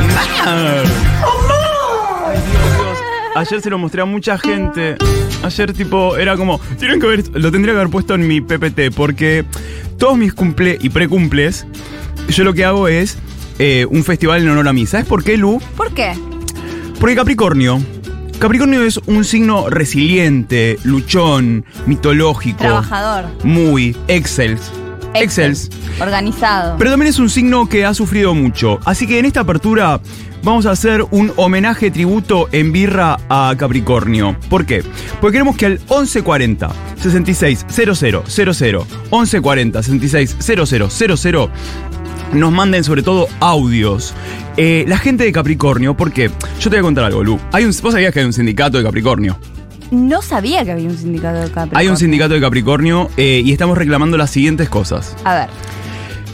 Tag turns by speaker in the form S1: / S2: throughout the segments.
S1: ¡Amor! Ay, Dios, Dios. Ayer se lo mostré a mucha gente. Ayer, tipo, era como. Tienen que haber. Lo tendría que haber puesto en mi PPT, porque todos mis cumple y precumples, yo lo que hago es eh, un festival en honor a mí. ¿Sabes por qué, Lu?
S2: ¿Por qué?
S1: Porque Capricornio. Capricornio es un signo resiliente, luchón, mitológico.
S2: Trabajador.
S1: Muy. Excels. Excels.
S2: Organizado.
S1: Oh. Pero también es un signo que ha sufrido mucho. Así que en esta apertura vamos a hacer un homenaje tributo en birra a Capricornio. ¿Por qué? Porque queremos que al 1140 660000 1140 660000 nos manden sobre todo audios. Eh, la gente de Capricornio, porque yo te voy a contar algo, Lu. Hay un, vos sabías que hay un sindicato de Capricornio.
S2: No sabía que había un sindicato de Capricornio.
S1: Hay un sindicato de Capricornio eh, y estamos reclamando las siguientes cosas.
S2: A ver.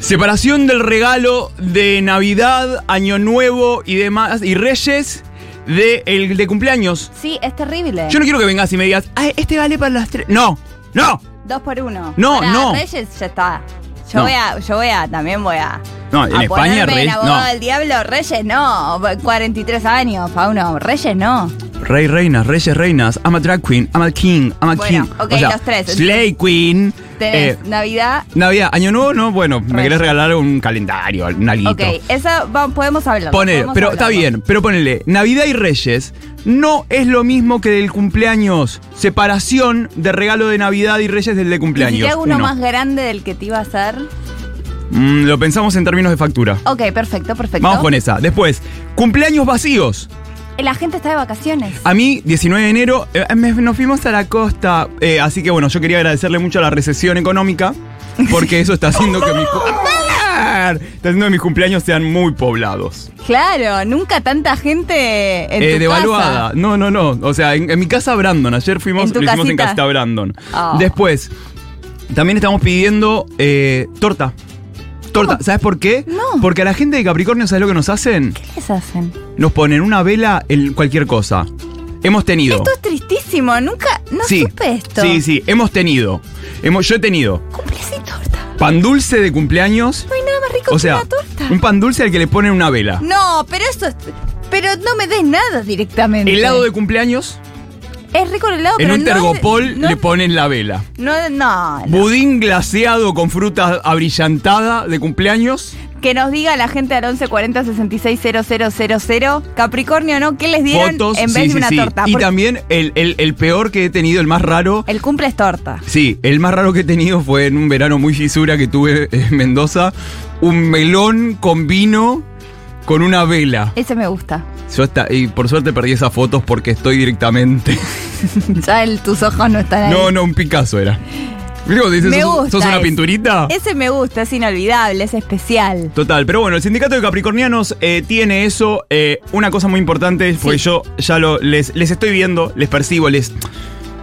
S1: Separación del regalo de Navidad, Año Nuevo y demás, y Reyes de, el, de cumpleaños.
S2: Sí, es terrible.
S1: Yo no quiero que vengas y me digas, "Ay, este vale para las tres. No, no,
S2: Dos por uno.
S1: No,
S2: Pará,
S1: no.
S2: Reyes ya está. Yo
S1: No.
S2: voy a, yo voy a, también voy a.
S1: No, en
S2: a
S1: España,
S2: ponerme
S1: Reyes-
S2: el abogado
S1: no.
S2: del diablo, Reyes no. 43 años, Fauno. Reyes no.
S1: Rey, reinas, reyes, reinas. I'm a drag queen, I'm a king, I'm a
S2: Bueno,
S1: king.
S2: ok, los tres.
S1: Slay queen.
S2: Tenés
S1: eh,
S2: Navidad.
S1: Navidad, Año Nuevo, no, bueno, me
S2: Reyes.
S1: querés regalar un calendario, un alguito.
S2: Ok, esa va- podemos hablar.
S1: Ponele,
S2: podemos
S1: pero está
S2: hablarlo.
S1: bien, pero ponele, Navidad y Reyes no es lo mismo que del cumpleaños. Separación de regalo de Navidad y Reyes del de
S2: ¿Y
S1: cumpleaños.
S2: si te hago uno,
S1: Uno.
S2: más grande del que te iba a hacer.
S1: Mm, lo pensamos en términos de factura.
S2: Ok, perfecto, perfecto. Eh,
S1: Vamos con esa. Después, cumpleaños vacíos.
S2: La gente está de vacaciones.
S1: A mí, 19 de enero, eh, me- nos fuimos a la costa. eh, así que bueno, yo quería agradecerle mucho a la recesión económica, porque eso está haciendo que mis cu- ¡Amar! Está haciendo que mis cumpleaños sean muy poblados.
S2: Claro, nunca tanta gente en
S1: Eh,
S2: tu
S1: devaluada.
S2: casa.
S1: No, no, no. O sea, en, en mi casa Brandon. Ayer fuimos,
S2: ¿En tu
S1: lo hicimos en
S2: casita?
S1: casita Brandon.
S2: Ah.
S1: Después, también estamos pidiendo eh, torta. Torta. ¿Sabes por qué?
S2: No.
S1: Porque a la gente de Capricornio, ¿sabes lo que nos hacen?
S2: ¿Qué les hacen?
S1: Nos ponen una vela en cualquier cosa. Hemos tenido.
S2: Esto es tristísimo, nunca, no
S1: sí.
S2: supe esto.
S1: Sí, sí, hemos tenido. Hemos, yo he tenido
S2: Cumples y torta.
S1: pan dulce de cumpleaños.
S2: No hay nada más rico
S1: O sea,
S2: que una torta.
S1: un pan dulce al que le ponen una vela.
S2: No, pero eso es. Pero no me des nada directamente.
S1: Helado de cumpleaños.
S2: Es rico el helado,
S1: en
S2: pero
S1: un
S2: no es-
S1: tergopol
S2: no,
S1: le ponen la vela.
S2: no, no, no.
S1: Budín glaseado con fruta abrillantada de cumpleaños.
S2: Que nos diga la gente al 1140 660000 Capricornio, ¿no? ¿Qué les dieron
S1: Fotos.
S2: en vez
S1: sí,
S2: de
S1: sí,
S2: una
S1: sí.
S2: torta?
S1: Y
S2: Porque
S1: también el, el- el peor que he tenido, el más raro.
S2: el cumple es torta.
S1: Sí, el más raro que he tenido fue en un verano muy fisura que tuve en Mendoza. Un melón con vino con una vela.
S2: Ese me gusta.
S1: Yo hasta- y por suerte perdí esas fotos porque estoy directamente.
S2: Ya el- tus ojos no están ahí.
S1: No, no, un Picasso era. ¿Viste cuando dices,
S2: Me
S1: sos,
S2: gusta
S1: sos una
S2: ese.
S1: pinturita?
S2: Ese me gusta, es inolvidable, es especial.
S1: Total, pero bueno, el sindicato de Capricornianos eh, tiene eso. eh, una cosa muy importante, porque
S2: Sí.
S1: yo ya lo, les, les estoy viendo, les percibo, les,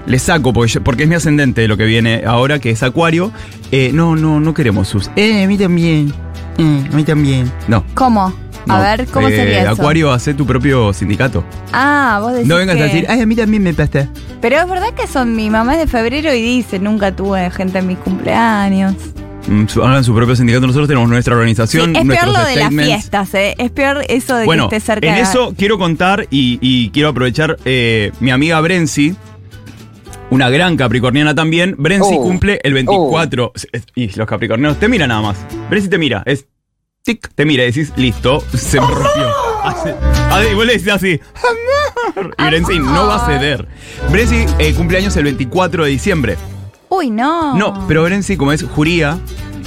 S1: les saco, porque, yo- porque es mi ascendente lo que viene ahora, que es Acuario. Eh, no, no, no queremos sus. Eh, a mí también. Eh, a mí también. No.
S2: ¿Cómo? A
S1: no.
S2: ver, ¿cómo
S1: Eh,
S2: sería eso?
S1: Acuario, hace tu propio sindicato.
S2: Ah, vos decís
S1: No vengas
S2: que-
S1: a decir, ay, a mí también me pasta.
S2: Pero es verdad que son mi mamá es de febrero y dice, nunca tuve gente en mis cumpleaños.
S1: Mm, su- Hagan su propio sindicato. Nosotros tenemos nuestra
S2: Sí,
S1: organización,
S2: es peor
S1: nuestros
S2: lo de las
S1: statements.
S2: fiestas, ¿eh? Es peor eso de
S1: Bueno,
S2: que esté cerca
S1: en
S2: de-
S1: eso quiero contar y, y quiero aprovechar eh, mi amiga Brency, una gran capricorniana también. Brency
S3: Oh.
S1: cumple el 24. Es- Y los capricornianos te mira nada más. Brency te mira, es tic, te mira y decís, listo, se me rompió. Hace- Ah, y vos le decís así, amor. Y Brency no va a ceder. Brency eh, cumple años el 24 de diciembre.
S2: Uy, no.
S1: No, pero Brency, como es juría,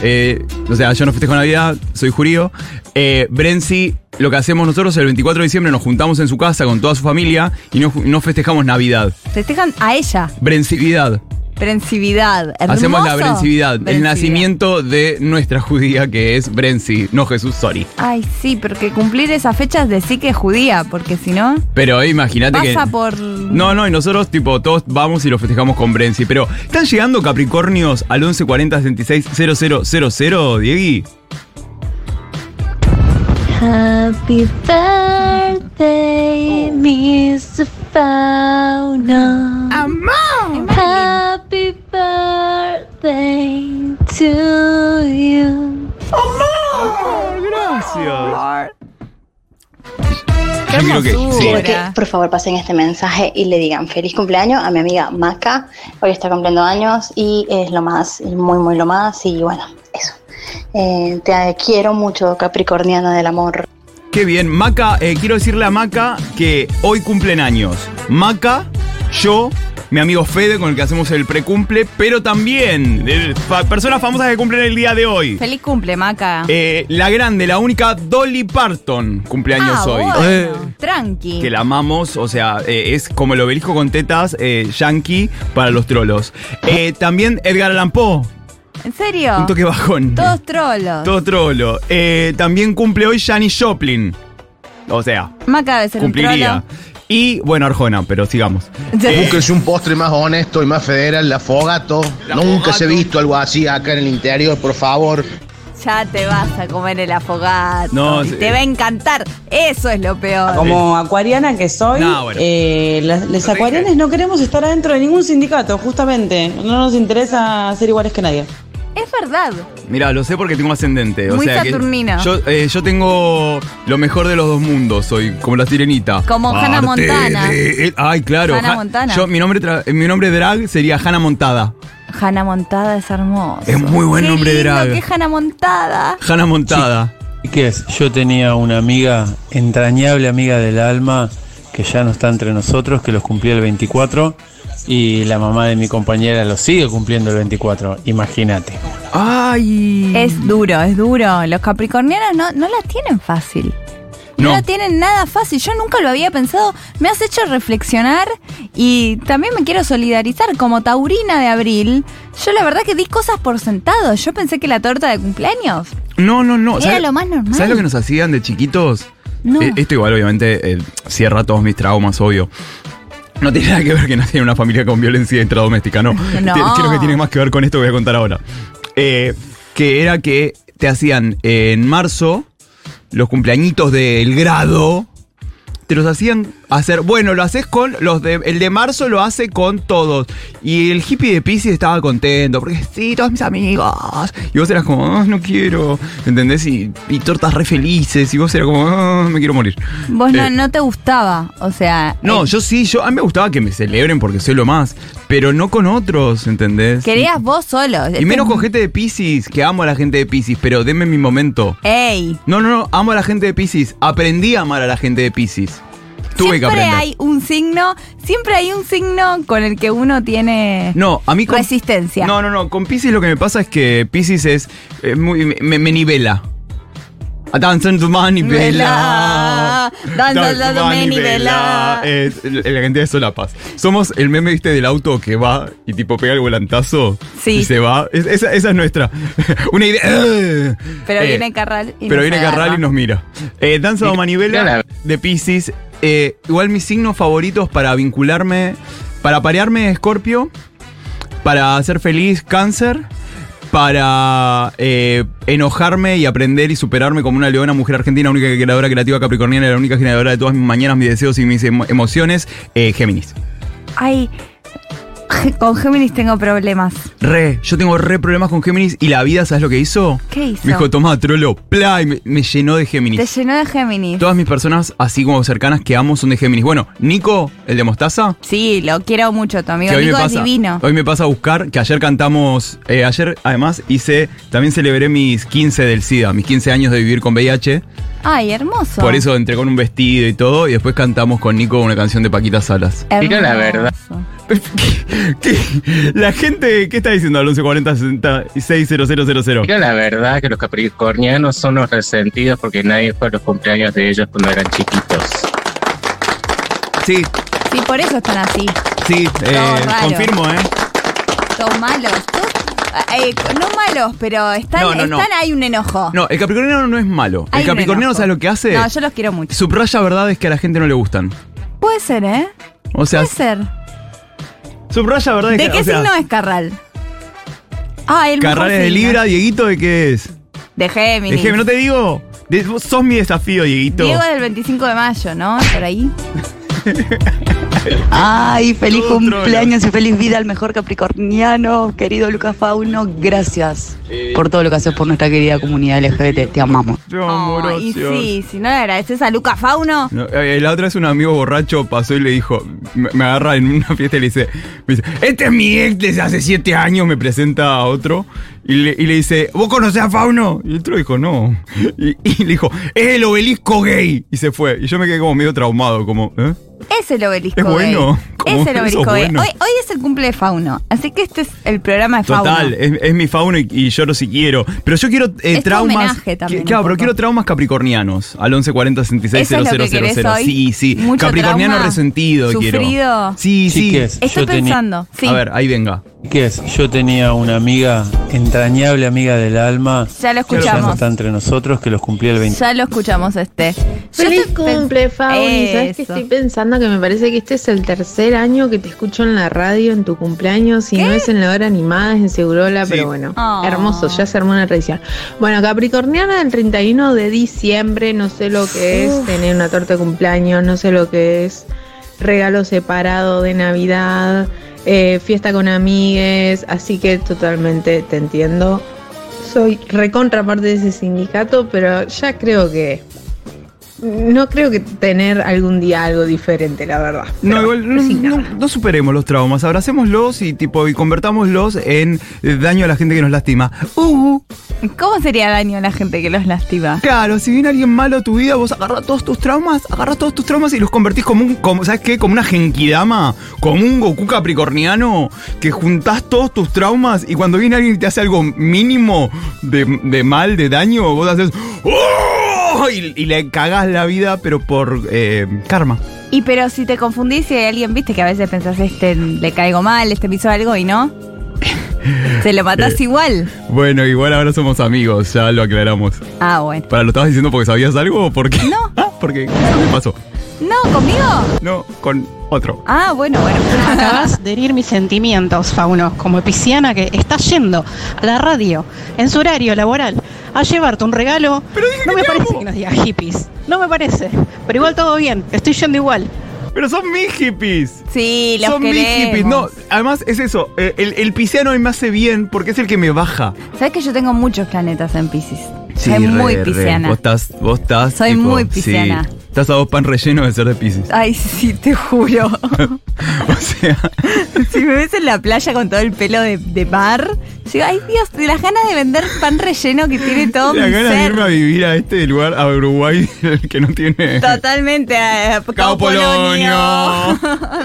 S1: eh, o sea, yo no festejo Navidad, soy jurío. Eh, Brency, lo que hacemos nosotros el 24 de diciembre, nos juntamos en su casa con toda su familia y no, ju- no festejamos Navidad.
S2: Festejan a ella.
S1: Brencividad.
S2: Prensividad. Hermoso.
S1: Hacemos la brencividad, el
S2: Prensividad.
S1: nacimiento de nuestra judía que es Brency, no Jesús, sorry.
S2: Ay, sí, porque cumplir esas fechas de sí que es judía, porque si no,
S1: Pero eh, imagínate que.
S2: pasa por.
S1: No, no, y nosotros, tipo, todos vamos y lo festejamos con Brency. Pero, ¿están llegando Capricornios al 1140 66 0000, Diegui?
S4: Happy birthday, Mr. Fauna. Happy birthday to you.
S1: Gracias.
S2: Qué
S1: Yo creo que sí.
S2: hermosura.
S3: Quiero que por favor pasen este mensaje y le digan feliz cumpleaños a mi amiga Maca. Hoy está cumpliendo años y es lo más, muy, muy lo más. Y bueno, eso. Eh, te quiero mucho, Capricorniana del amor.
S1: Qué bien. Maca, eh, quiero decirle a Maca que hoy cumplen años. Maca, yo, mi amigo Fede, con el que hacemos el precumple, pero también eh, fa- personas famosas que cumplen el día de hoy.
S2: Feliz cumple, Maca.
S1: Eh, la grande, la única Dolly Parton, cumpleaños
S2: ah,
S1: hoy.
S2: bueno,
S1: Eh,
S2: Tranqui.
S1: Que la amamos, o sea, eh, es como el obelisco con tetas, eh, yankee para los trolos. Eh, también Edgar Allan Poe,
S2: ¿En serio?
S1: un toque bajón.
S2: Todos trolos.
S1: Todo trolo. Eh, también cumple hoy Janis Joplin. O sea,
S2: Maca debe ser
S1: cumpliría.
S2: un trolo.
S1: Y bueno, Arjona, pero sigamos. Eh,
S5: Búsquense un postre más honesto y más federal, la fogato.
S1: La
S5: Nunca se ha
S1: Fogato.
S5: visto algo así acá en el interior, por favor.
S2: Ya te vas a comer el afogato.
S1: No,
S2: y
S1: sí.
S2: te va a encantar. Eso es lo peor.
S6: Como acuariana que soy,
S1: No, bueno.
S6: eh, las les
S1: Lo dije.
S6: acuarianes no queremos estar adentro de ningún sindicato, justamente. No nos interesa ser iguales que nadie.
S2: Es verdad.
S1: Mira, lo sé porque tengo ascendente. O
S2: Muy
S1: sea que
S2: saturnina.
S1: yo, eh, yo tengo lo mejor de los dos mundos, soy como la sirenita.
S2: Como Hannah
S1: Parte
S2: Montana.
S1: de- eh, Ay, claro.
S2: Hannah
S1: Ja-
S2: Montana.
S1: Yo, mi nombre, tra- eh, mi nombre drag sería Hannah Montada.
S2: Hannah Montada es hermosa.
S1: Es muy buen
S2: Qué
S1: nombre
S2: lindo
S1: drag.
S2: que es Hannah Montada.
S1: Hannah Montada.
S7: ¿Qué es? Yo tenía una amiga, entrañable amiga del alma, que ya no está entre nosotros, que los cumplía el 24 y la mamá de mi compañera los sigue cumpliendo el 24, imagínate.
S1: Ay.
S2: Es duro, es duro. Los capricornianos no, no la tienen fácil. No.
S1: No.
S2: la tienen nada fácil. Yo nunca lo había pensado. Me has hecho reflexionar y también me quiero solidarizar. Como taurina de abril, yo la verdad que di cosas por sentado. Yo pensé que la torta de cumpleaños.
S1: No, no, no.
S2: Era
S1: ¿Sabes-
S2: lo más normal.
S1: ¿Sabes lo que nos hacían de chiquitos?
S2: No.
S1: Eh, esto igual, obviamente, eh, cierra todos mis traumas, obvio. No tiene nada que ver que nací en una familia con violencia intradoméstica, no.
S2: No.
S1: Ti- Creo que tiene más que ver con esto que voy a contar ahora. Eh, que era que te hacían eh, en marzo los cumpleañitos del grado. Te los hacían hacer. Bueno, lo haces con los de. El de marzo lo hace con todos. Y el hippie de Pisces estaba contento. Porque sí, todos mis amigos. Y vos eras como, "Ah, no quiero. ¿Entendés? Y, y tortas re felices. Y vos eras como, "Ah, me quiero morir.
S2: Vos no,
S1: Eh,
S2: no te gustaba. O sea,
S1: No,
S2: eh,
S1: yo sí, yo. A mí me gustaba que me celebren porque soy lo más. Pero no con otros, ¿entendés?
S2: querías vos solo.
S1: Y menos con gente de Pisces, que amo a la gente de Pisces, pero denme mi momento.
S2: ¡Ey!
S1: No, no, no, amo a la gente de Pisces. Aprendí a amar a la gente de Pisces. Tuve que
S2: siempre
S1: aprender.
S2: hay un signo, siempre hay un signo con el que uno tiene
S1: No, a mí con,
S2: resistencia.
S1: No, no, no. Con Pisces lo que me pasa es que Pisces es. eh, muy, me, me nivela. A danza tu manivela.
S2: Vela. Danza en tu manivela.
S1: Eh, la cantidad de solapas. Somos el meme, viste, del auto que va y tipo pega el volantazo.
S2: Sí.
S1: Y se va. Es- esa, esa es nuestra. Una idea.
S2: Pero
S1: Eh,
S2: viene Carral y
S1: Pero
S2: nos
S1: viene Carral
S2: agarra.
S1: y nos mira. Eh, Danza o manivela
S5: Claro.
S1: de Pisces. Eh, igual mis signos favoritos para vincularme, para parearme Escorpio, para ser feliz Cáncer, para eh, enojarme y aprender y superarme como una leona mujer argentina, única creadora creativa capricorniana, la única generadora de todas mis mañanas, mis deseos y mis emo- emociones, eh, Géminis.
S2: Ay, con Géminis tengo problemas.
S1: Re, yo tengo re problemas con Géminis y la vida, ¿sabes lo que hizo?
S2: ¿Qué hizo?
S1: Me dijo, tomá, trolo, plá, y me, me llenó de Géminis.
S2: Te llenó de Géminis.
S1: Todas mis personas, así como cercanas que amo, son de Géminis. Bueno, Nico, el de Mostaza,
S2: Sí, lo quiero mucho, tu amigo.
S1: que hoy me,
S2: Nico es
S1: pasa,
S2: divino.
S1: hoy me pasa a buscar, que ayer cantamos, eh, ayer además hice, también celebré mis 15 del SIDA, mis 15 años de vivir con VIH.
S2: Ay, hermoso.
S1: Por eso entré con un vestido y todo, y después cantamos con Nico una canción de Paquita Salas.
S5: Mira la verdad.
S1: ¿Qué? La gente, ¿qué está diciendo al 1140 660000?
S8: Mira, la verdad que los capricornianos son los resentidos porque nadie fue a los cumpleaños de ellos cuando eran chiquitos.
S1: Sí,
S2: Sí, por eso están así.
S1: sí, eh,
S2: Todo raro.
S1: confirmo, ¿eh?
S2: Todos malos. Todos, eh, no malos, pero están,
S1: No, no, no.
S2: están hay un enojo.
S1: No, el capricorniano no es malo.
S2: Hay
S1: el
S2: un
S1: capricorniano,
S2: enojo.
S1: ¿sabes lo que hace?
S2: No, yo los quiero mucho.
S1: Subraya verdades que a la gente no le gustan.
S2: Puede ser, ¿eh?
S1: O sea,
S2: Puede ser.
S1: subraya verdades
S2: ¿De
S1: que
S2: qué
S1: o sea,
S2: signo es Carral? Ah, el mejor
S1: Carral es de
S2: signo.
S1: Libra, Dieguito, ¿de qué es?
S2: De Géminis.
S1: Déjeme, no te digo. De- vos sos mi desafío, Dieguito.
S2: Diego es del 25 de mayo, ¿no? Por ahí.
S9: Ay, feliz
S1: Todo trono.
S9: cumpleaños y feliz vida al mejor capricorniano, querido Lucas Fauno. Gracias por todo lo que haces por nuestra querida comunidad LGBT. Te amamos.
S1: Yo,
S2: Ay, y
S1: amorocio.
S2: sí, si no le agradeces a Luca Fauno.
S1: No, eh, la otra vez un amigo borracho pasó y le dijo, me, me agarra en una fiesta y le dice, me dice, este es mi ex desde hace siete años, me presenta a otro y le, y le dice, ¿vos conocés a Fauno? Y el otro dijo, no. Y, y le dijo, es el obelisco gay. Y se fue. Y yo me quedé como medio traumado, como, ¿eh?
S2: Es el obelisco.
S1: Es bueno.
S2: gay.
S1: ¿Cómo
S2: Es el
S1: eso es
S2: obelisco. gay.
S1: bueno?
S2: Hoy, hoy es el cumple de Fauno. Así que este es el programa de Fauno.
S1: Total, es, es mi fauno y, y yo lo sí quiero. Pero yo quiero eh,
S2: Es tu
S1: traumas.
S2: homenaje también,
S1: que- claro,
S2: un
S1: pero
S2: poco.
S1: quiero traumas capricornianos. Al 1140 66
S2: ¿Eso es lo que querés
S1: 0000.
S2: hoy?
S1: Sí, sí.
S2: ¿Mucho
S1: Capricorniano
S2: trauma?
S1: resentido quiero.
S2: ¿Sufrido?
S1: Sí, sí.
S7: Chiques,
S2: Estoy
S7: yo tenía-
S2: pensando. Sí.
S1: A ver, ahí venga.
S7: ¿Qué es? Yo tenía una amiga, entrañable amiga del alma,
S2: Ya lo
S7: que ya no
S2: escuchamos.
S7: está entre nosotros, que los cumplía el 20.
S2: Ya lo escuchamos este. Yo
S10: Feliz
S2: estoy pen-
S10: cumple, Fauni. Sabes que
S2: Eso.
S10: estoy pensando que me parece que este es el tercer año que te escucho en la radio en tu cumpleaños y no es en la hora animada, es en Segurola,
S1: Sí.
S10: pero bueno,
S2: Ah.
S10: hermoso, ya se armó una tradición. Bueno, Capricorniana del 31 de diciembre, no sé lo que es tener una torta de cumpleaños, no sé lo que es regalo separado de Navidad, eh, fiesta con amigues, así que totalmente te entiendo. Soy recontra parte de ese sindicato, pero ya creo que no creo que tener algún día algo diferente, la verdad.
S1: No,
S10: Pero
S1: igual,
S10: bueno,
S1: no,
S10: sin nada.
S1: no- no superemos los traumas, abracémoslos y tipo y convertámoslos en eh, daño a la gente que nos lastima. Uh,
S2: ¿Cómo sería daño a la gente que los lastima?
S1: claro, si viene alguien malo a tu vida, vos agarras todos tus traumas, agarras todos tus traumas y los convertís como un, como, ¿sabes qué? Como una genkidama, como un Goku capricorniano, que juntás todos tus traumas y cuando viene alguien y te hace algo mínimo de, de mal, de daño, vos haces "Oh", y, y le cagás la vida, pero por eh, karma.
S2: Y pero si te confundís y hay alguien, viste, que a veces pensás, este le caigo mal, este me hizo algo y no. Se lo matás
S1: Eh.
S2: igual.
S1: Bueno, igual ahora somos amigos, ya lo aclaramos.
S2: Ah, bueno.
S1: ¿Para lo estabas diciendo porque sabías algo o por qué?
S2: No.
S1: Ah, porque ¿qué pasó?
S2: No, conmigo.
S1: No, con otro.
S2: Ah, bueno, bueno.
S11: Acabas de herir mis sentimientos, Fauno, como epiciana que está yendo a la radio, en su horario laboral, a llevarte un regalo.
S1: Pero dije
S11: no
S1: que
S11: me
S1: te
S11: parece
S1: amo.
S11: que nos digas hippies. No me parece. Pero igual todo bien. Estoy yendo igual.
S1: Pero son mis hippies.
S2: Sí, los
S1: Son mis hippies. No, además es eso. eh, El, el pisciano hoy me hace bien porque es el que me baja.
S2: Sabes que yo tengo muchos planetas en Pisces. Soy muy pisciana.
S1: Vos estás, vos estás.
S2: Soy tipo, muy pisciana. sí,
S1: estás a dos pan relleno de ser de piscis.
S2: Ay, sí, te juro.
S1: o sea.
S2: si me ves en la playa con todo el pelo de, de mar, yo digo, ay Dios, de las ganas de vender pan relleno que tiene todo
S1: La
S2: mi
S1: gana de
S2: ser.
S1: irme a vivir a este lugar, a Uruguay, el que no tiene.
S2: Totalmente a
S1: Cabo
S2: Cabo Polonio.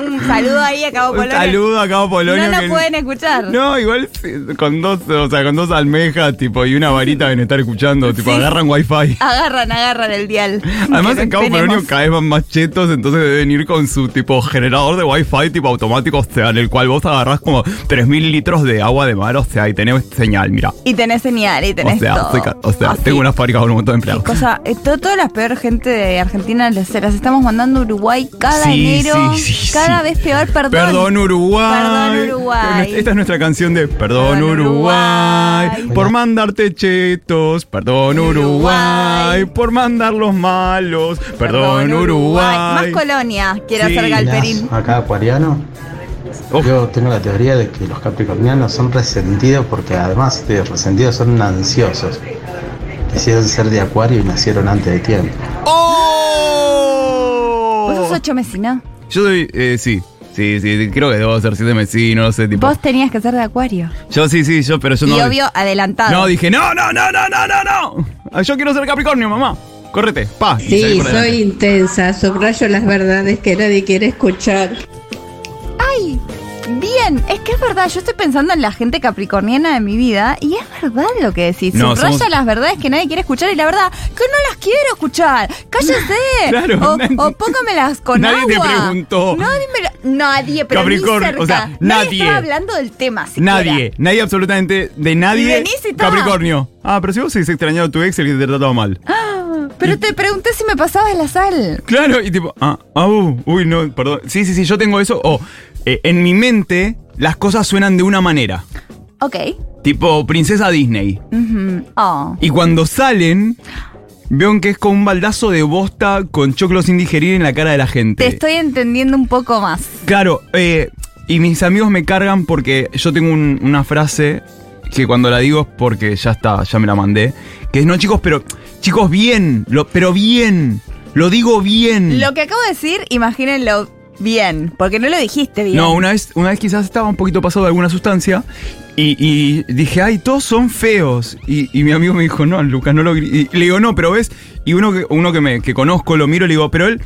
S2: Un saludo ahí a Cabo
S1: Un
S2: Polonio.
S1: saludo a Cabo Polonio.
S2: No
S1: que-
S2: nos pueden escuchar.
S1: No, igual sí, con dos, o sea, con dos almejas, tipo, y una varita deben estar escuchando, tipo,
S2: Sí.
S1: agarran wifi.
S2: Agarran, agarran el dial.
S1: Además
S2: Que
S1: en Cabo
S2: tenemos.
S1: Polonio cada vez van más chetos, entonces deben ir con su tipo generador de wifi tipo automático, o sea, en el cual vos agarrás como 3.000 litros de agua de mar, o sea, y tenés señal, mira.
S2: Y tenés señal y tenés
S1: O sea,
S2: todo.
S1: soy ca- o sea
S2: Así.
S1: tengo una fábrica con un montón de empleados.
S2: Qué cosa, eh, to- todas las peor gente de Argentina les- se las estamos mandando a Uruguay cada
S1: Sí,
S2: enero,
S1: sí, sí,
S2: cada
S1: sí.
S2: vez peor, perdón.
S1: Perdón Uruguay.
S2: Perdón, Uruguay.
S1: Esta es nuestra canción de Perdón,
S2: Perdón,
S1: Uruguay.
S2: Uruguay.
S1: Por mandarte chetos. Perdón Uruguay.
S2: Uruguay.
S1: Por mandar los malos. Perdón,
S2: Más
S1: Uruguay.
S2: colonia, quiero
S1: Sí.
S2: hacer Galperín.
S12: Acá acuariano.
S1: Uf.
S12: Yo tengo la teoría de que los capricornianos son resentidos porque además de resentidos son ansiosos. Quisieron ser de acuario y nacieron antes de tiempo.
S1: ¡Oh!
S2: Vos sos ocho mesina.
S1: Yo soy. eh, sí. Sí, sí, creo que debo ser siete mesino, no sé, tipo.
S2: Vos tenías que ser de acuario.
S1: Yo sí, sí, yo, pero yo
S2: y
S1: no.
S2: obvio, adelantado.
S1: no, dije, no, no, no, no, no, no, no. Ah, Yo quiero ser Capricornio, mamá. Córrete, pa. y salí
S13: Sí,
S1: por adelante.
S13: soy intensa, subrayo las verdades que nadie quiere escuchar.
S2: Ay, bien, es que es verdad, yo estoy pensando en la gente capricorniana de mi vida y es verdad lo que decís.
S1: No,
S2: Subraya
S1: somos-
S2: las verdades que nadie quiere escuchar y la verdad que no las quiero escuchar. Cállense.
S1: Claro,
S2: o,
S1: nadie-
S2: o póngamelas con
S1: nadie te
S2: agua.
S1: preguntó.
S2: Nadie, me la- nadie pero
S1: Capricornio,
S2: ni cerca.
S1: o sea, nadie.
S2: estaba hablando del tema. siquiera.
S1: Nadie, nadie absolutamente de
S2: Y
S1: nadie.
S2: venís y ta.
S1: Capricornio. Ah, pero si vos has extrañado a tu ex el que te trataba mal.
S2: Ah. Pero te pregunté si me pasabas la sal.
S1: Claro, y tipo, ah, ah, uh, uy, no, perdón. Sí, sí, sí, yo tengo eso. O eh, en mi mente las cosas suenan de una manera.
S2: Ok.
S1: Tipo princesa Disney.
S2: Ujú. Oh.
S1: Y cuando salen, Vieron que es con un baldazo de bosta con choclo sin digerir en la cara de la gente.
S2: Te estoy entendiendo un poco más.
S1: Claro, eh, y mis amigos me cargan porque yo tengo un- una frase que cuando la digo es porque ya está, ya me la mandé. Que es, no chicos, pero chicos, bien, lo- pero bien, lo digo bien.
S2: Lo que acabo de decir, imagínenlo bien, porque no lo dijiste bien.
S1: No, una vez, una vez quizás estaba un poquito pasado de alguna sustancia y, y dije, ay, todos son feos. Y, y mi amigo me dijo, no, Lucas, no lo gri-". Y le digo, no, pero ves. Y uno que, uno que, me, que conozco lo miro y le digo, pero él,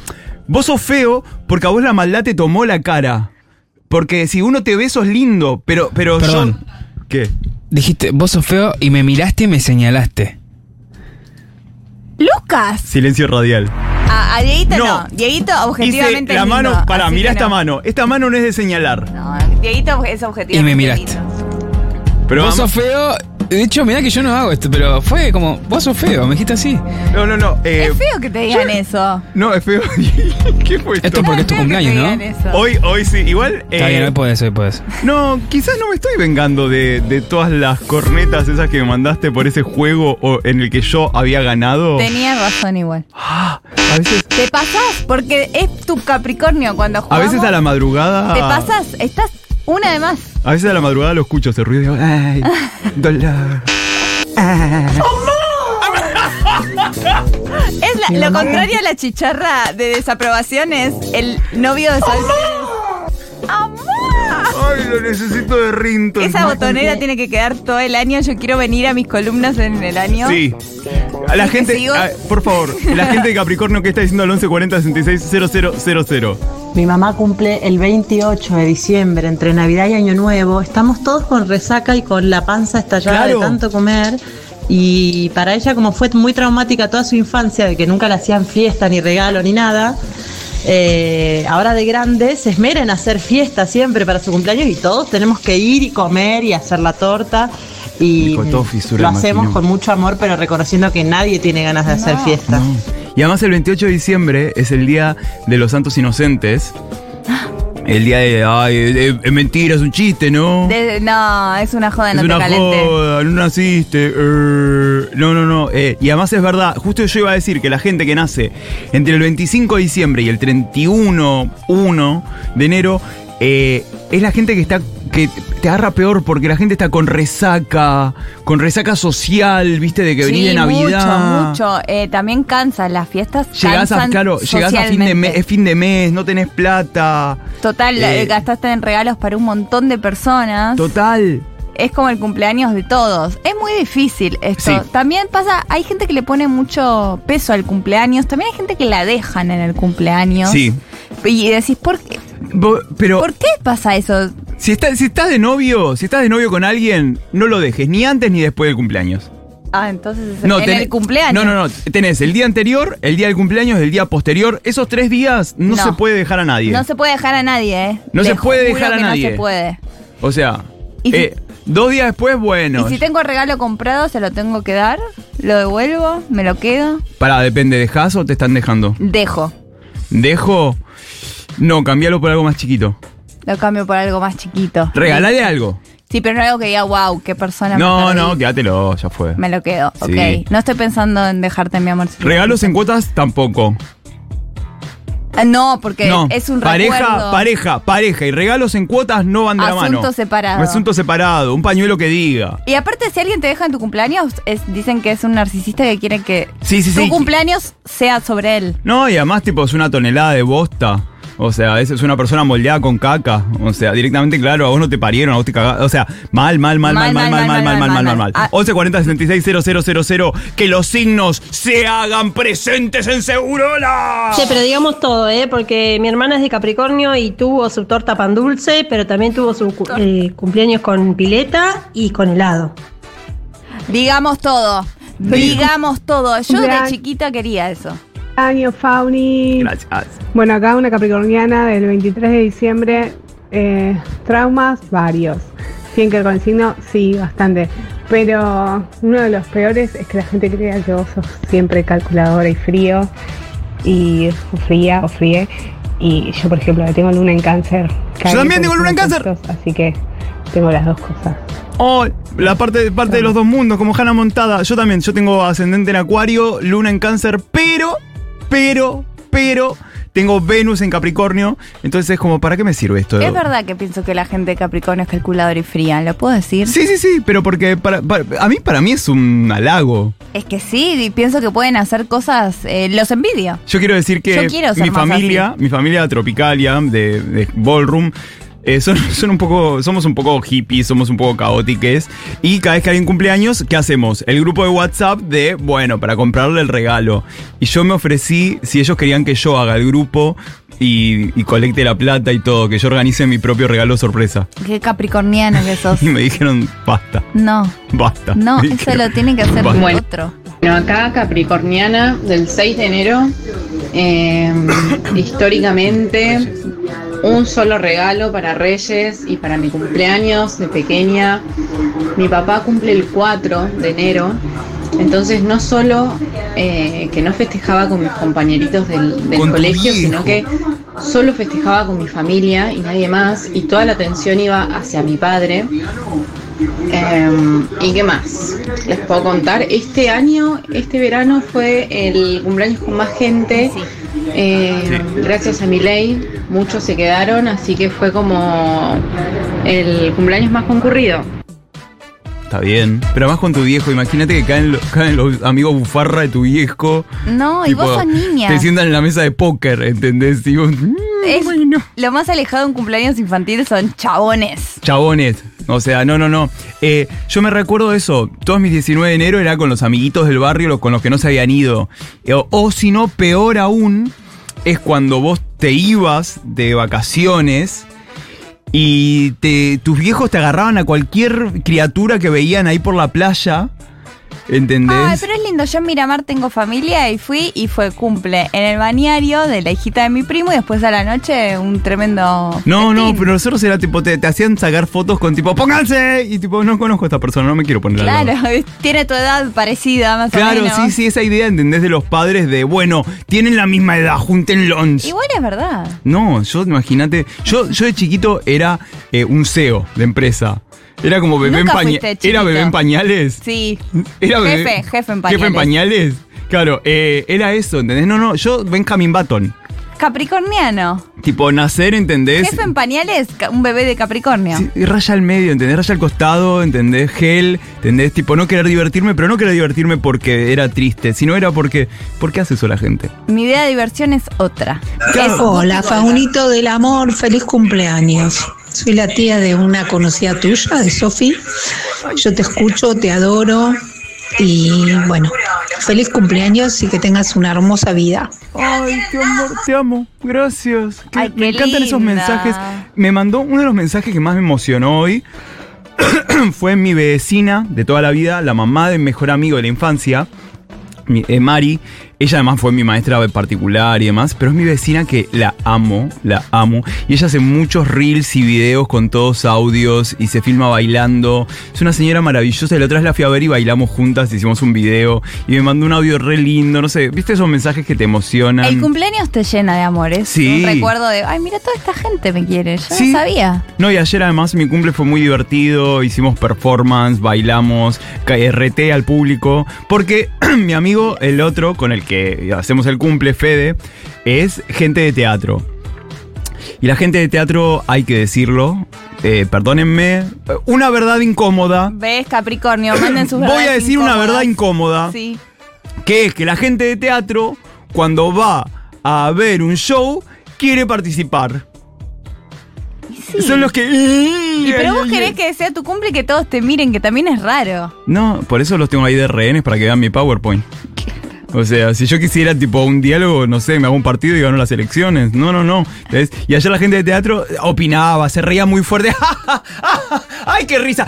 S1: vos sos feo porque a vos la maldad te tomó la cara. Porque si uno te ve, sos lindo, pero, pero yo.
S14: Perdón.
S1: ¿Qué?
S14: Dijiste, vos sos feo y me miraste y me señalaste.
S2: Lucas,
S1: Silencio radial.
S2: a, a Dieguito no.
S1: No.
S2: Dieguito
S1: Hice
S2: objetivamente
S1: la
S2: es lindo,
S1: mano, pará,
S2: así
S1: mirá
S2: que
S1: esta
S2: no.
S1: mano. Esta mano no es de señalar.
S2: No, Dieguito es
S14: Y
S2: objetivamente
S14: me miraste.
S1: Pero
S14: vos
S1: ama-
S14: sos feo. De hecho, mirá que yo no hago esto, pero fue como, vos sos feo, me dijiste así.
S1: No, no, no. eh,
S2: Es feo que te digan eso.
S1: No, es feo. ¿Qué fue esto?
S14: Esto porque es tu cumpleaños,
S2: digan
S14: ¿no?
S2: eso.
S1: Hoy, hoy sí, igual.
S14: Está
S1: eh,
S14: bien, hoy podés, hoy podés.
S1: No, quizás no me estoy vengando de, de todas las cornetas esas que me mandaste por ese juego o- en el que yo había ganado. Ah,
S2: Tenías razón igual.
S1: A veces,
S2: Te pasás porque es tu Capricornio cuando
S1: a
S2: jugamos.
S1: veces a la Ah. madrugada.
S2: Te pasás, estás una de más.
S1: A veces a la madrugada lo escucho ese ruido. y digo, Ay, dolor.
S2: Es la-
S1: Mi
S2: lo
S1: mamá.
S2: contrario a la chicharra de desaprobación es el novio de Sol.
S1: Ay, lo necesito de Rinto.
S2: Esa botonera tiene que quedar todo el año. Yo quiero venir a mis columnas en el año.
S1: Sí. A la
S2: ¿Y te
S1: gente,
S2: sigo?
S1: ah, por favor, la gente de Capricornio que está diciendo al 1140 66
S6: Mi mamá cumple el 28 de diciembre, entre Navidad y Año Nuevo. Estamos todos con resaca y con la panza estallada
S1: Claro.
S6: de tanto comer. Y para ella, como fue muy traumática toda su infancia, de que nunca le hacían fiesta, ni regalo, ni nada, eh, ahora de grande se esmera en hacer fiesta siempre para su cumpleaños y todos tenemos que ir y comer y hacer la torta. Y
S1: Nico, todo fisura,
S6: lo hacemos
S1: imagino.
S6: con mucho amor, pero reconociendo que nadie tiene ganas de hacer fiesta.
S1: Y además el 28 de diciembre es el día de los santos inocentes.
S2: Ah.
S1: El día de, ay, es, es mentira, es un chiste, ¿no?
S2: De- no, es una joda,
S1: es
S2: no
S1: una
S2: te calentes.
S1: joda, no naciste. eh, no, no, no. eh, y además es verdad, justo yo iba a decir que la gente que nace entre el 25 de diciembre y el 31 1 de enero eh, es la gente que está que te agarra peor porque la gente está con resaca, con resaca social, viste, de que venís de
S2: Sí,
S1: Navidad.
S2: Mucho, mucho. Eh, también cansan las fiestas.
S1: Llegás a,
S2: cansan
S1: claro, llegás a fin de mes,
S2: socialmente.
S1: es fin de mes, no tenés plata.
S2: Total,
S1: Eh,
S2: eh, gastaste en regalos para un montón de personas.
S1: Total.
S2: Es como el cumpleaños de todos. Es muy difícil esto.
S1: Sí.
S2: También pasa, hay gente que le pone mucho peso al cumpleaños. También hay gente que la dejan en el cumpleaños.
S1: Sí.
S2: Y decís, ¿por qué?
S1: Bo- pero
S2: ¿Por qué pasa eso?
S1: si estás, si estás de novio, si estás de novio con alguien, no lo dejes, ni antes ni después del cumpleaños.
S2: Ah, entonces es
S1: No,
S2: en
S1: tenés-
S2: el
S1: No,
S2: cumpleaños.
S1: no, no. Tenés el día anterior, el día del cumpleaños, el día posterior. Esos tres días no,
S2: No.
S1: se puede dejar a nadie.
S2: No se puede dejar a nadie, ¿eh?
S1: No se
S2: Les
S1: puede
S2: juro
S1: dejar a
S2: que No
S1: nadie.
S2: se puede.
S1: O sea,
S2: ¿Y si-
S1: eh, dos días después, bueno.
S2: y si tengo regalo comprado, se lo tengo que dar, lo devuelvo, me lo quedo,
S1: Pará, depende, ¿dejás o te están dejando?
S2: dejo.
S1: ¿Dejo? No, cambialo por algo más chiquito.
S2: Lo cambio por algo más chiquito.
S1: Regalale algo.
S2: Sí, pero no algo que diga, wow, qué persona. me
S1: No,
S2: perdí".
S1: no, quédatelo, ya fue.
S2: Me lo quedo,
S1: Sí.
S2: ok. No estoy pensando en dejarte, mi amor.
S1: Regalos en cuotas tampoco.
S2: Ah, No, porque
S1: no.
S2: es un
S1: pareja,
S2: recuerdo.
S1: pareja, pareja y regalos en cuotas no van de la mano.
S2: Asunto separado.
S1: Asunto separado, un pañuelo que diga.
S2: Y aparte, si alguien te deja en tu cumpleaños, es- dicen que es un narcisista que quiere que
S1: Sí, sí,
S2: tu
S1: sí.
S2: cumpleaños sea sobre él.
S1: No, y además tipo es una tonelada de bosta. O sea, es, es una persona moldeada con caca. O sea, directamente, claro, a vos no te parieron, a vos te cagaron. O sea, mal, mal, mal, mal, mal, mal, mal, mal, mal, mal, mal, mal. 1140 66 000, que los signos se hagan presentes en Segurola.
S15: Che, pero digamos todo, ¿eh? Porque mi hermana es de Capricornio y tuvo su torta pan dulce, pero también tuvo su cu- eh, cumpleaños con pileta y con helado.
S2: Digamos todo. Digamos todo. Yo de
S10: Gracias.
S2: chiquita quería eso.
S10: Año Fauni.
S1: Gracias.
S10: Bueno, acá una capricorniana del 23 de diciembre. eh, traumas varios. Tienen que ver con el signo, sí, bastante. Pero uno de los peores es que la gente crea que vos sos siempre calculadora y frío. Y o fría o fríe. Y yo, por ejemplo, que tengo luna en cáncer.
S1: Yo también tengo luna en cáncer.
S10: Así que tengo las dos cosas.
S1: Oh, la parte, parte de los dos mundos, como Hannah Montada. Yo también, yo tengo ascendente en Acuario, Luna en Cáncer, pero, pero, pero, tengo Venus en Capricornio. Entonces es como, ¿para qué me sirve esto?
S2: Es verdad que pienso que la gente de Capricornio es calculadora y fría, ¿lo puedo decir?
S1: Sí, sí, sí, pero porque para, para- a mí, para mí es un halago.
S2: Es que sí, y pienso que pueden hacer cosas, eh, los envidio.
S1: Yo quiero decir que
S2: Yo quiero ser
S1: mi
S2: más
S1: familia,
S2: así.
S1: mi familia tropicalia de, de ballroom. eh, son, son un poco, somos un poco hippies, somos un poco caótiques. Y cada vez que alguien cumple años, ¿qué hacemos? El grupo de WhatsApp de, bueno, para comprarle el regalo. Y yo me ofrecí, si ellos querían que yo haga el grupo y, y colecte la plata y todo, que yo organice mi propio regalo sorpresa.
S2: Qué capricorniano que sos.
S1: Y me dijeron, basta,
S2: No,
S1: basta.
S2: no,
S1: Me
S2: eso
S1: dijeron,
S2: lo tiene que hacer
S1: Bueno.
S2: otro.
S16: Bueno, acá Capricorniana del 6 de enero, eh, históricamente un solo regalo para Reyes y para mi cumpleaños de pequeña. Mi papá cumple el 4 de enero, entonces no solo eh, que no festejaba con mis compañeritos del, del
S17: Con tu
S16: colegio,
S17: hijo.
S16: sino que solo festejaba con mi familia y nadie más, y toda la atención iba hacia mi padre. Em, ¿Y qué más? Les puedo contar. Este año, este verano fue el cumpleaños con más gente. Eh, Gracias a mi ley, muchos se quedaron, así que fue como el cumpleaños más concurrido.
S1: Está bien. Pero además con tu viejo, imagínate que caen, lo- caen los amigos bufarra de tu viejo.
S2: No, y
S1: Tipo,
S2: vos sos niña.
S1: Te sientan en la mesa de póker, ¿entendés? Y vos, mm,
S2: Es- Lo más alejado de un cumpleaños infantil son chabones.
S1: chabones. O sea, no, no, no. Eh, yo me recuerdo eso. Todos mis 19 de enero era con los amiguitos del barrio, los- con los que no se habían ido. Eh, O, o si no, peor aún, es cuando vos te ibas de vacaciones. Y te- tus viejos te agarraban a cualquier criatura que veían ahí por la playa. ¿Entendés?
S2: Ay, pero es lindo. Yo en Miramar tengo familia y fui y fue cumple en el bañario de la hijita de mi primo y después a la noche un tremendo.
S1: No, no, pero nosotros era tipo, te, te hacían sacar fotos con tipo, pónganse. Y tipo, no conozco a esta persona, no me quiero poner al lado.
S2: Claro, tiene tu edad parecida, más o
S1: Claro,
S2: menos.
S1: sí, sí, esa idea, ¿entendés? De los padres de, bueno, tienen la misma edad, júntenlo.
S2: Igual es verdad.
S1: No, yo, imagínate, yo, yo de chiquito era eh, un CEO de empresa. Era como bebé en
S2: Nunca
S1: pañales.
S2: fuiste
S1: ¿Era
S2: chiquito.
S1: bebé en pañales?
S2: Sí.
S1: Era bebé-
S2: jefe, jefe en pañales.
S1: ¿Jefe en pañales? Claro, eh, era eso, ¿entendés? No, no, yo Benjamin Button.
S2: Capricorniano.
S1: Tipo, nacer, ¿entendés?
S2: Jefe en pañales, ca- un bebé de Capricornio.
S1: Y raya al medio, ¿entendés? Raya al costado, ¿entendés? Gel, ¿entendés? Tipo, no querer divertirme, pero no querer divertirme porque era triste, sino era porque. ¿Por qué hace eso la gente?
S2: Mi idea de diversión es otra.
S17: Hola, Faunito del Amor, feliz cumpleaños. Soy la tía de una conocida tuya, de Sofi. Yo te escucho, te adoro y bueno, feliz cumpleaños y que tengas una hermosa vida.
S1: Ay, qué amor, te amo. Gracias. Que-
S17: Ay, qué
S1: me encantan esos
S17: linda.
S1: mensajes. Me mandó uno de los mensajes que más me emocionó hoy. Fue mi vecina de toda la vida, la mamá de mi mejor amigo de la infancia, mi- eh, Mari. Ella además fue mi maestra particular y demás, pero es mi vecina que la amo, la amo. Y ella hace muchos reels y videos con todos audios y se filma bailando. Es una señora maravillosa y la otra vez la fui a ver y bailamos juntas, hicimos un video y me mandó un audio re lindo, no sé, ¿viste esos mensajes que te emocionan?
S2: El cumpleaños te llena de amores.
S1: Sí.
S2: Un recuerdo de, ay, mira, toda esta gente me quiere. Yo
S1: Sí.
S2: no sabía.
S1: No, y ayer además mi cumple fue muy divertido, hicimos performance, bailamos, ca- eh, reté al público, porque mi amigo, el otro con el que hacemos el cumple, Fede, es gente de teatro. Y la gente de teatro, hay que decirlo, eh, perdónenme, eh, una verdad incómoda.
S2: ¿Ves, Capricornio? Manden sus
S1: Voy a
S2: verdades
S1: decir una
S2: incómodas.
S1: verdad incómoda.
S2: Sí.
S1: que es que la gente de teatro, cuando va a ver un show, quiere participar. Son los que...
S2: Y pero vos querés que sea tu cumple y que todos te miren, que también es raro.
S1: No, por eso los tengo ahí de rehenes para que vean mi PowerPoint. O sea, si yo quisiera tipo un diálogo, no sé, me hago un partido y gano las elecciones. No, no, no. ¿Ves? Y ayer la gente de teatro opinaba, se reía muy fuerte. ¡Ay, qué risa!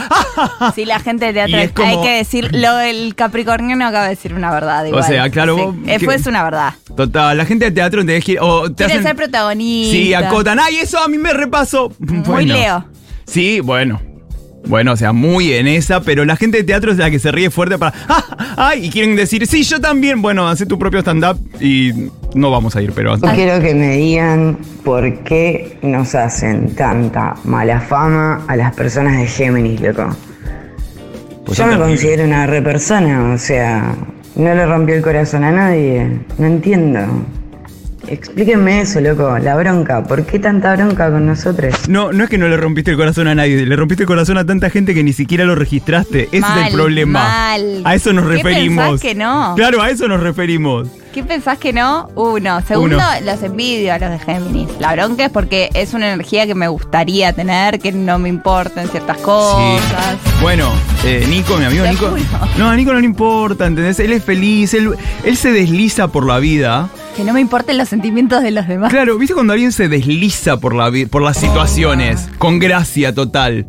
S1: sí,
S2: la gente de
S1: Ah. Y es
S2: teatro.
S1: como-
S2: Hay que decir, lo del Capricorniano acaba de decir una verdad. Igual.
S1: sea, claro, vos-
S2: Eh, fue
S1: que-
S2: es una verdad.
S1: Total, la gente de teatro te deja... O te
S2: Quiere
S1: hacen-
S2: ser protagonista.
S1: Sí, acotan. ¡Ay, eso a mí me repaso! Muy
S2: Leo.
S1: Sí, bueno. Bueno, o sea, muy en esa, pero la gente de teatro es la que se ríe fuerte para. ¡Ah! ¡Ay! Y quieren decir, sí, yo también. Bueno, hace tu propio stand-up y no vamos a ir, pero.
S18: Yo quiero que me digan por qué nos hacen tanta mala fama a las personas de Géminis, loco.
S1: Pues
S18: Yo
S1: son
S18: me
S1: terribles.
S18: considero una re persona, o sea, no le rompió el corazón a nadie. No entiendo. Explíquenme eso, loco, la bronca. ¿Por qué tanta bronca con nosotros?
S1: No, no es que no le rompiste el corazón a nadie, le rompiste el corazón a tanta gente que ni siquiera lo registraste. Ese
S2: Mal,
S1: es el problema.
S2: mal.
S1: A eso nos
S2: ¿Qué
S1: referimos.
S2: pensás que no?
S1: Claro, a eso nos referimos.
S2: ¿Qué pensás que no? Uno. Segundo,
S1: Uno.
S2: los envidio a los de Géminis. La bronca es porque es una energía que me gustaría tener, que no me importan ciertas cosas.
S1: Bueno, eh, Nico, mi amigo
S2: Oh, Te
S1: Nico.
S2: juro.
S1: No, a Nico no le importa, ¿entendés? Él es feliz, él, él se desliza por la vida.
S2: Que no me importen los sentimientos de los demás.
S1: Claro, ¿viste cuando alguien se desliza por, la vi- por las situaciones? Con gracia total.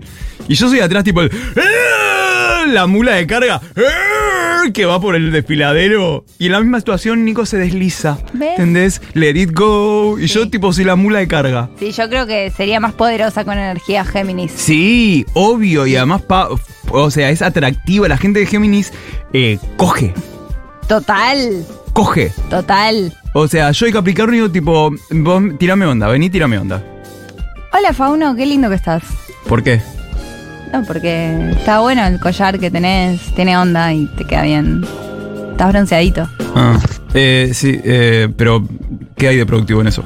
S1: Y yo soy atrás tipo el... "¡Ah!", La mula de carga "¡Ah!", que va por el desfiladero. Y en la misma situación Nico se desliza.
S2: ¿Ves?
S1: ¿Entendés? Let it go. Y yo tipo soy la mula de carga.
S2: Sí, yo creo que sería más poderosa con energía Géminis.
S1: Sí, obvio. Y además, pa- o sea, es atractiva. La gente de Géminis eh, coge.
S2: Total,
S1: Coge.
S2: total.
S1: O sea, yo y Capricornio tipo... Vos tirame onda, vení, tirame onda.
S2: Hola Fauno, qué lindo que estás.
S1: ¿Por qué?
S2: No, porque está bueno el collar que tenés, tiene onda y te queda bien. Estás bronceadito.
S1: Ah, eh, sí, eh, pero ¿qué hay de productivo en eso?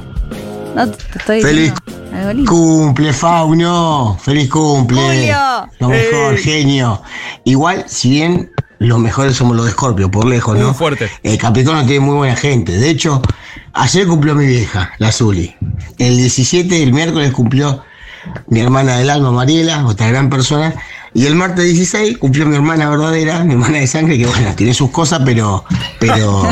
S2: No, te te estoy
S19: Feliz
S2: diciendo algo lindo.
S19: Cumple, Faunio. Feliz cumple.
S2: Julio.
S19: Lo mejor, genio. Igual, si bien los mejores somos los de Scorpio, por lejos, ¿no?
S1: Muy fuerte.
S19: Eh, Capricornio tiene muy buena gente. De hecho, ayer cumplió mi vieja, la Zuli. El 17, el miércoles, cumplió mi hermana del alma, Mariela, otra gran persona. Y el martes 16 cumplió mi hermana verdadera, mi hermana de sangre, que bueno, tiene sus cosas, pero, pero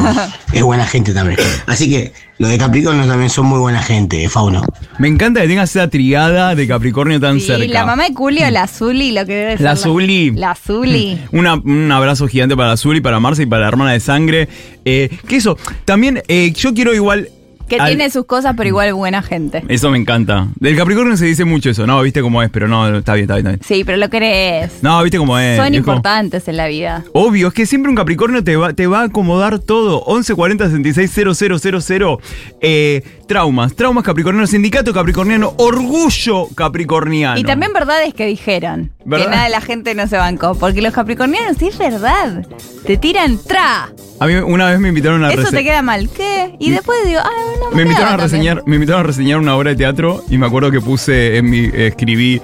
S19: es buena gente también. Así que los de Capricornio también son muy buena gente, eh, Fauno.
S1: Me encanta que tengas esa triada de Capricornio tan cerca.
S2: Y la mamá de Julio, la Zuli, lo que debe ser.
S1: La Zuli.
S2: La Zuli.
S1: Una- un abrazo gigante para Zuli, para Marce y para la hermana de sangre. Eh, que eso, también eh, yo quiero igual...
S2: Que
S1: al-
S2: tiene sus cosas, pero igual buena gente.
S1: Eso me encanta. Del Capricornio se dice mucho eso, ¿no? Viste cómo es, pero no, está bien, está bien, está bien.
S2: Sí, pero lo querés.
S1: No, eh, viste cómo es.
S2: Son
S1: es como-
S2: importantes en la vida.
S1: Obvio, es que siempre un Capricornio te va, te va a acomodar todo. 1140 660000 eh, Traumas, traumas capricornianos, sindicato capricorniano, orgullo capricorniano.
S2: Y también verdades que dijeron.
S1: Ah, ¿Verdad?
S2: Que nada de la gente no se bancó. Porque los capricornianos sí es verdad. Te tiran tra.
S1: A mí una vez me invitaron a
S2: Eso
S1: rese-
S2: te queda mal. ¿Qué? Y
S1: Mm.
S2: después digo, ah, no
S1: me invitaron a
S2: quedaba también.
S1: reseñar, me invitaron a reseñar una obra de teatro y me acuerdo que puse en mi escribí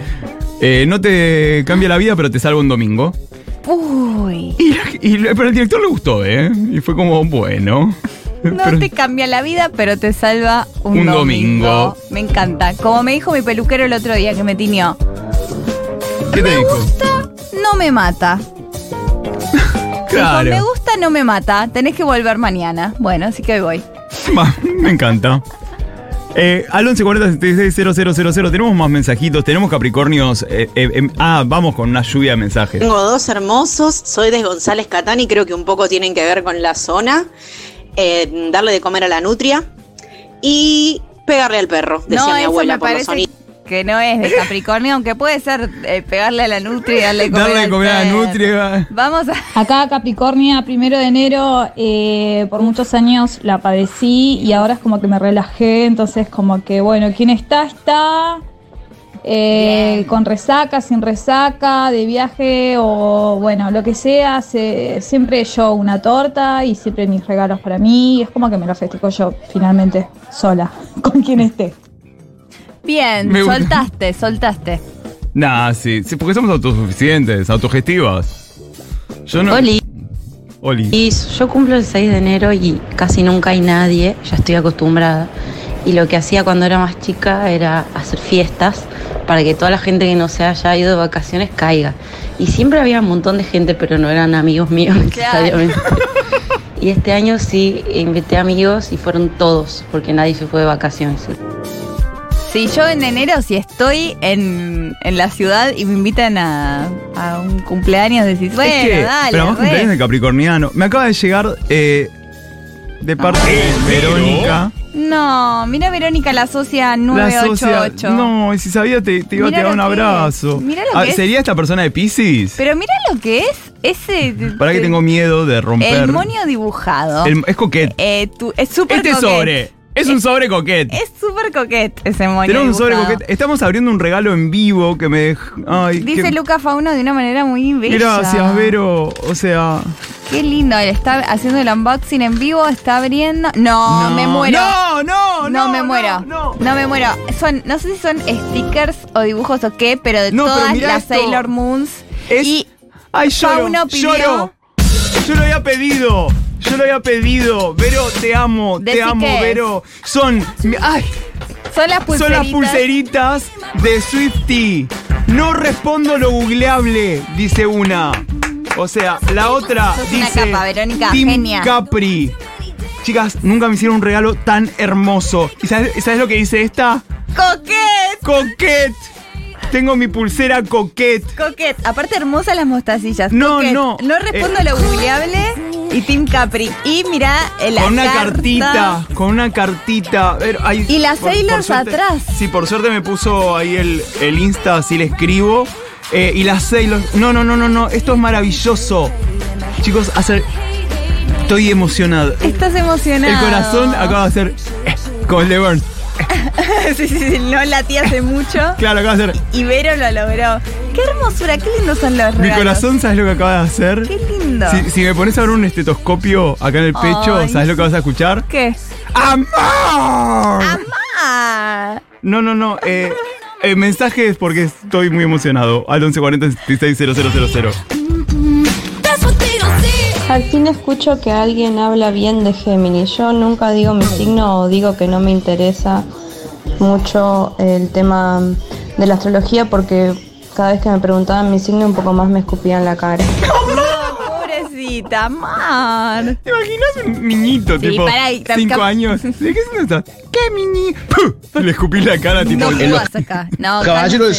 S1: eh, no te cambia la vida, pero te salvo un domingo.
S2: Uy.
S1: Y, la- y la- pero al director le gustó, ¿eh? Y fue como, bueno.
S2: No
S1: Pero-
S2: te cambia la vida, pero te salva un,
S1: Un
S2: domingo.
S1: domingo.
S2: Me encanta. Como me dijo mi peluquero el otro día que me tiñó,
S1: ¿Qué te dijo?
S2: no me mata. Dijo, me gusta, no me mata. Tenés que volver mañana. Bueno, así que hoy voy.
S1: Va, Me encanta. Eh, al 1140 tenemos más mensajitos, tenemos Capricornios. eh, eh, em, ah, vamos con una lluvia de mensajes.
S20: Tengo dos hermosos, soy de González Catán y creo que un poco tienen que ver con la zona, eh, darle de comer a la nutria y pegarle al perro, decía
S2: no,
S20: mi
S2: eso
S20: abuela
S2: me
S20: por los
S2: parece
S20: sonidos.
S2: que no es de Capricornio, aunque puede ser eh, pegarle a la nutria y darle de comer
S1: Darle de
S2: al
S1: comer a la
S2: perro.
S1: nutria.
S2: Vamos a...
S21: Acá Capricornia, primero de enero, eh, por muchos años la padecí y ahora es como que me relajé, entonces como que bueno, quien está, está, eh, con resaca, sin resaca, de viaje o bueno, lo que sea, se- siempre yo una torta y siempre mis regalos para mí, y es como que me lo festejo yo finalmente sola, con quien esté.
S2: Bien,
S1: Me gusta.
S2: soltaste, soltaste.
S1: Nah, sí, sí, porque somos autosuficientes, autogestivas. Yo no.
S22: Oli.
S1: Oli.
S22: Y yo cumplo el 6 de enero y casi nunca hay nadie, ya estoy acostumbrada. Y lo que hacía cuando era más chica era hacer fiestas para que toda la gente que no se haya ido de vacaciones caiga. Y siempre había un montón de gente, pero no eran amigos míos necesariamente. Y este año sí invité amigos y fueron todos, porque nadie se fue de vacaciones.
S2: Si yo en enero, si estoy en, en la ciudad y me invitan a, a un cumpleaños, decís, bueno,
S1: Es que-
S2: dale.
S1: pero más
S2: re".
S1: cumpleaños de Capricorniano. Me acaba de llegar eh, de parte de Verónica.
S2: No, mira Verónica la socia
S1: La socia-
S2: 988.
S1: No, y si sabía te, te iba
S2: Mirá
S1: a dar
S2: lo
S1: un
S2: que
S1: abrazo.
S2: es. Mirá lo
S1: Ah,
S2: que es.
S1: ¿Sería esta persona de Pisces?
S2: Pero mira lo que es ese.
S1: Para que tengo miedo de romper.
S2: El monio dibujado.
S1: El- es coquete.
S2: Eh, tu- es súper
S1: Este
S2: coquete.
S1: sobre. Es un sobre coquete.
S2: Es súper coquete ese moño.
S1: Tenemos un sobre
S2: dibujado.
S1: coquete. Estamos abriendo un regalo en vivo que me dej- Ay,
S2: Dice
S1: qué-
S2: Luca Fauno de una manera muy bella.
S1: Gracias, Vero. O sea.
S2: Qué lindo, él está haciendo el unboxing en vivo, está abriendo. No,
S1: No,
S2: me muero.
S1: no,
S2: no, no. me muero. No, me muero. Son, no sé si son stickers o dibujos o qué, pero de
S1: No, pero
S2: todas
S1: mirá
S2: las
S1: esto.
S2: Sailor Moons. y
S1: Ay, lloro,
S2: Fauno pidió.
S1: lloro. Yo lo había pedido. Yo lo había pedido. Vero, te amo.
S2: Decí
S1: te amo,
S2: qué es.
S1: Vero. Son. Ay.
S2: Son las pulseritas.
S1: Son las pulseritas de Swifty. No respondo lo googleable, dice una. O sea, la otra
S2: Sos una
S1: dice.
S2: capa, Verónica,
S1: Team
S2: genia.
S1: Capri. Chicas, nunca me hicieron un regalo tan hermoso. ¿Y sabes, sabes lo que dice esta?
S2: ¡Coquet!
S1: ¡Coquet! Tengo mi pulsera Coquet.
S2: Coquet, aparte hermosas las mostacillas.
S1: No,
S2: Coquet.
S1: no.
S2: No respondo
S1: Eh.
S2: a lo googleable. Y Team Capri. Y mirá eh, la
S1: con una
S2: carta.
S1: cartita, con una cartita. Ver, ay,
S2: Y las Sailors
S1: suerte-
S2: atrás.
S1: Sí, por suerte me puso ahí el, el Insta, así le escribo. Eh, y las Sailors. No, no, no, no, no. Esto es maravilloso. Chicos, hacer. Estoy emocionado.
S2: Estás emocionado.
S1: El corazón acaba de hacer. eh, como el de Burn.
S2: sí, sí, sí, no latí hace mucho.
S1: Claro, acaba de hacer.
S2: Y Vero lo logró. Qué hermosura, qué lindos son los
S1: Mi
S2: regalos.
S1: corazón, ¿sabes lo que acaba de hacer?
S2: Qué lindo.
S1: Si, si me pones ahora un estetoscopio acá en el pecho,
S2: Ay,
S1: ¿sabes lo que vas a escuchar?
S2: ¿Qué?
S1: ¡Amor!
S2: Ah, ¡Amá!
S1: No, no, no. Eh, eh, mensajes porque estoy muy emocionado. Al 1140
S3: Al fin escucho que alguien habla bien de Géminis. Yo nunca digo mi signo o digo que no me interesa mucho el tema de la astrología porque cada vez que me preguntaban mi signo un poco más me escupían la cara.
S2: No, Oh, pobrecita, amar.
S1: ¿Te imaginas un niñito,
S2: Sí,
S1: tipo,
S2: pará, y-
S1: 5
S2: cap-
S1: años? ¿De qué signo estás? ¿Qué mini? ¡Puh! Le escupí la cara, tipo.
S2: No
S1: en los-
S2: jugás acá. No,
S5: Caballero del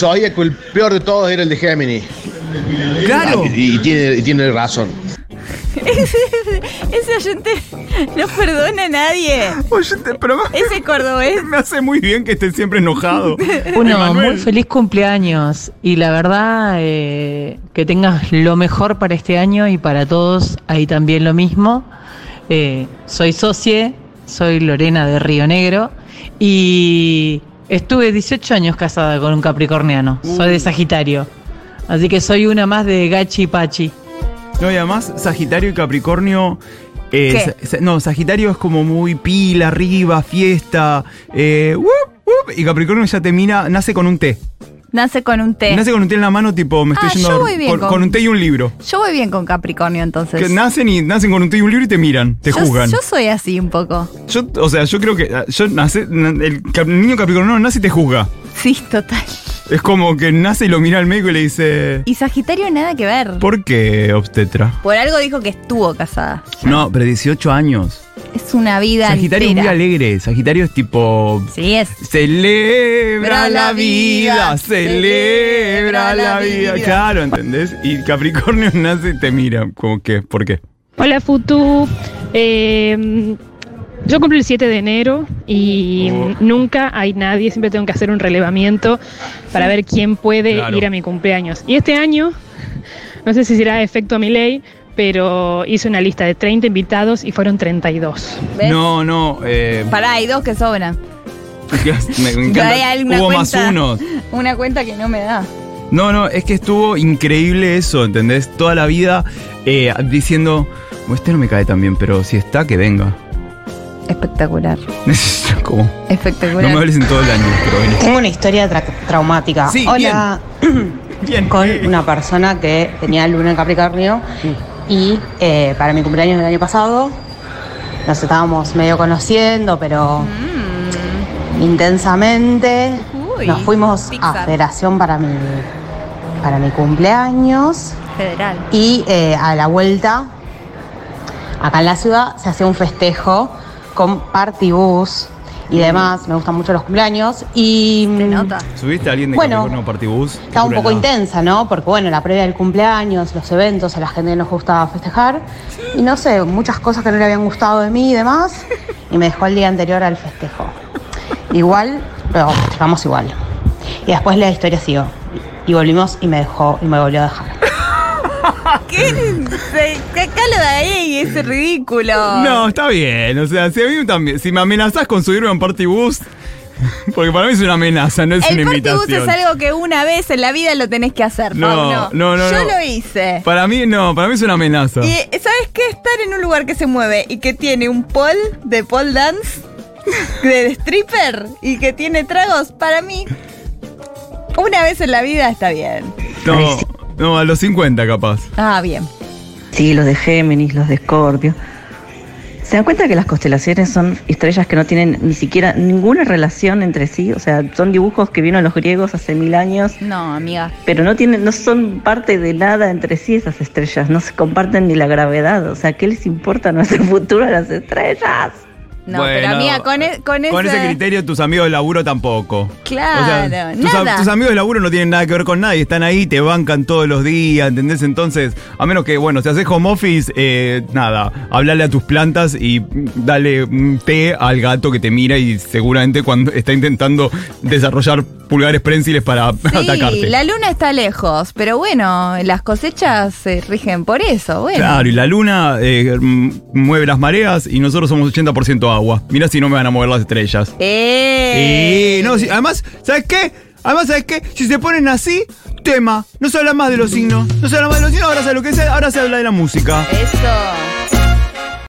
S5: Zodíaco, el peor de todos era el de Géminis.
S1: Claro.
S5: Y, y tiene, y tiene razón.
S2: Ese, ese oyente no perdona a nadie.
S1: pero
S2: Ese cordobés.
S1: Me hace muy bien que estés siempre enojado.
S4: Uno,
S1: Emanuel.
S4: muy feliz cumpleaños y la verdad eh, que tengas lo mejor para este año y para todos ahí también lo mismo. Eh, soy socie, soy Lorena de Río Negro y estuve 18 años casada con un capricorniano, soy de Sagitario, así que soy una más de Gachi Pachi.
S1: No, y además, Sagitario y Capricornio. eh,
S4: ¿Qué?
S1: sa- sa- no, Sagitario es como muy pila, arriba, fiesta. eh, wup, wup, y Capricornio ya te mira, nace con un té.
S2: Nace con un té.
S1: Nace con un té en la mano, tipo, me estoy
S2: Ah,
S1: yendo
S2: yo
S1: a-
S2: voy bien
S1: con-
S2: con-
S1: con un té y un libro.
S2: Yo voy bien con Capricornio entonces.
S1: Que nacen y nacen con un té y un libro y te miran, te
S2: yo,
S1: juzgan.
S2: yo soy así un poco.
S1: Yo, o sea, yo creo que ah, yo nace, na- el cap- niño capricorniano nace y te juzga.
S2: Sí, total.
S1: Es como que nace y lo mira al médico y le dice,
S2: Y Sagitario nada que ver.
S1: ¿por qué obstetra?
S2: Por algo dijo que estuvo casada.
S1: No, pero 18 años.
S2: Es una vida
S1: Sagitario es muy
S2: entera.
S1: alegre. Sagitario es tipo...
S2: Sí, es.
S1: Celebra la
S2: Celebra la
S1: vida,
S2: vida,
S1: celebra la vida. Claro, ¿entendés? Y Capricornio nace y te mira, como que, ¿por qué?
S23: Hola Futu, Eh, yo cumplo el 7 de enero y
S1: Oh.
S23: nunca hay nadie, siempre tengo que hacer un relevamiento para ver quién puede
S24: Claro.
S23: ir a mi cumpleaños. Y este año, no sé si será efecto a mi ley, pero hice una lista de 30 invitados y fueron 32.
S2: ¿Ves?
S1: No, no, eh,
S2: Pará, hay dos que sobran.
S1: me encanta.
S2: Hay alguna
S1: Hubo más
S2: cuenta,
S1: unos.
S2: Una cuenta que no me da.
S1: No, no, es que estuvo increíble eso, ¿entendés? Toda la vida eh, diciendo, "Bueno, este no me cae tan bien, pero si está, que venga.
S2: Espectacular.
S1: Como, no
S2: Espectacular.
S1: me hables en todo el año, pero bueno.
S3: Tengo una historia tra- traumática.
S1: Sí,
S3: Hola. Con una persona que tenía luna en Capricornio y eh, para mi cumpleaños del año pasado nos estábamos medio conociendo, pero intensamente.
S2: Mm. Uy,
S3: nos fuimos a
S2: Pixar.
S3: Federación para mi, para mi cumpleaños.
S2: Federal.
S3: Y eh, a la vuelta, acá en la ciudad, se hace un festejo con party bus y demás. Me gustan mucho los cumpleaños. Y
S1: ¿Subiste a alguien de
S3: Bueno,
S1: Capricornio Partibus?
S3: estaba un poco
S1: Jura, no.
S3: intensa, ¿no? Porque bueno, la previa del cumpleaños, los eventos, a la gente nos gustaba festejar. Y no sé, muchas cosas que no le habían gustado de mí y demás. Y me dejó el día anterior al festejo. Igual, pero festejamos igual. Y después la historia siguió. Y volvimos y me dejó y me volvió a dejar.
S2: ¿Qué? Se- Acá sacalo de ahí, es ridículo.
S1: No, está bien. O sea, si a mí también. Si me amenazás con subirme a un party bus. Porque para mí es una amenaza, no es
S2: El
S1: una
S2: party
S1: invitación.
S2: bus es algo que una vez en la vida lo tenés que hacer,
S1: No,
S2: Fauno.
S1: no, no,
S2: Yo
S1: no.
S2: lo hice.
S1: Para mí no, para mí es una amenaza.
S2: Y ¿sabes qué? Estar en un lugar que se mueve y que tiene un pole de pole dance, de stripper y que tiene tragos, para mí, una vez en la vida está bien.
S1: No, no, a los 50 capaz.
S2: Ah, bien.
S21: Sí, los de Géminis, los de Escorpio. ¿Se dan cuenta que las constelaciones son estrellas que no tienen ni siquiera ninguna relación entre sí? O sea, son dibujos que vieron los griegos hace mil años,
S2: No, amiga.
S21: pero no tienen, no son parte de nada entre sí esas estrellas, no se comparten ni la gravedad. O sea, ¿qué les importa nuestro futuro a las estrellas?
S2: No, pero
S1: Bueno,
S2: amiga, con, e- con,
S1: Con ese
S2: ese-
S1: criterio tus amigos de laburo tampoco.
S2: Claro,
S1: O sea, tus, a-
S2: nada.
S1: tus amigos de laburo no tienen nada que ver con nadie, están ahí, te bancan todos los días, ¿entendés? Entonces, a menos que, bueno, si haces home office, eh, nada, hablale a tus plantas y dale un té al gato que te mira y seguramente cuando está intentando desarrollar pulgares prensiles para
S2: Sí,
S1: atacarte.
S2: la luna está lejos, pero bueno, las cosechas se rigen por eso, bueno.
S1: Claro, y la luna eh, m- mueve las mareas y nosotros somos 80% agua. Mirá si no me van a mover las estrellas.
S2: ¡Eh!
S1: Sí, no, sí, además, ¿sabes qué? Además, ¿sabes qué? Si se ponen así, tema. No se habla más de los signos. No se habla más de los signos, ahora se, lo que sea, ahora se habla de la música.
S2: Eso.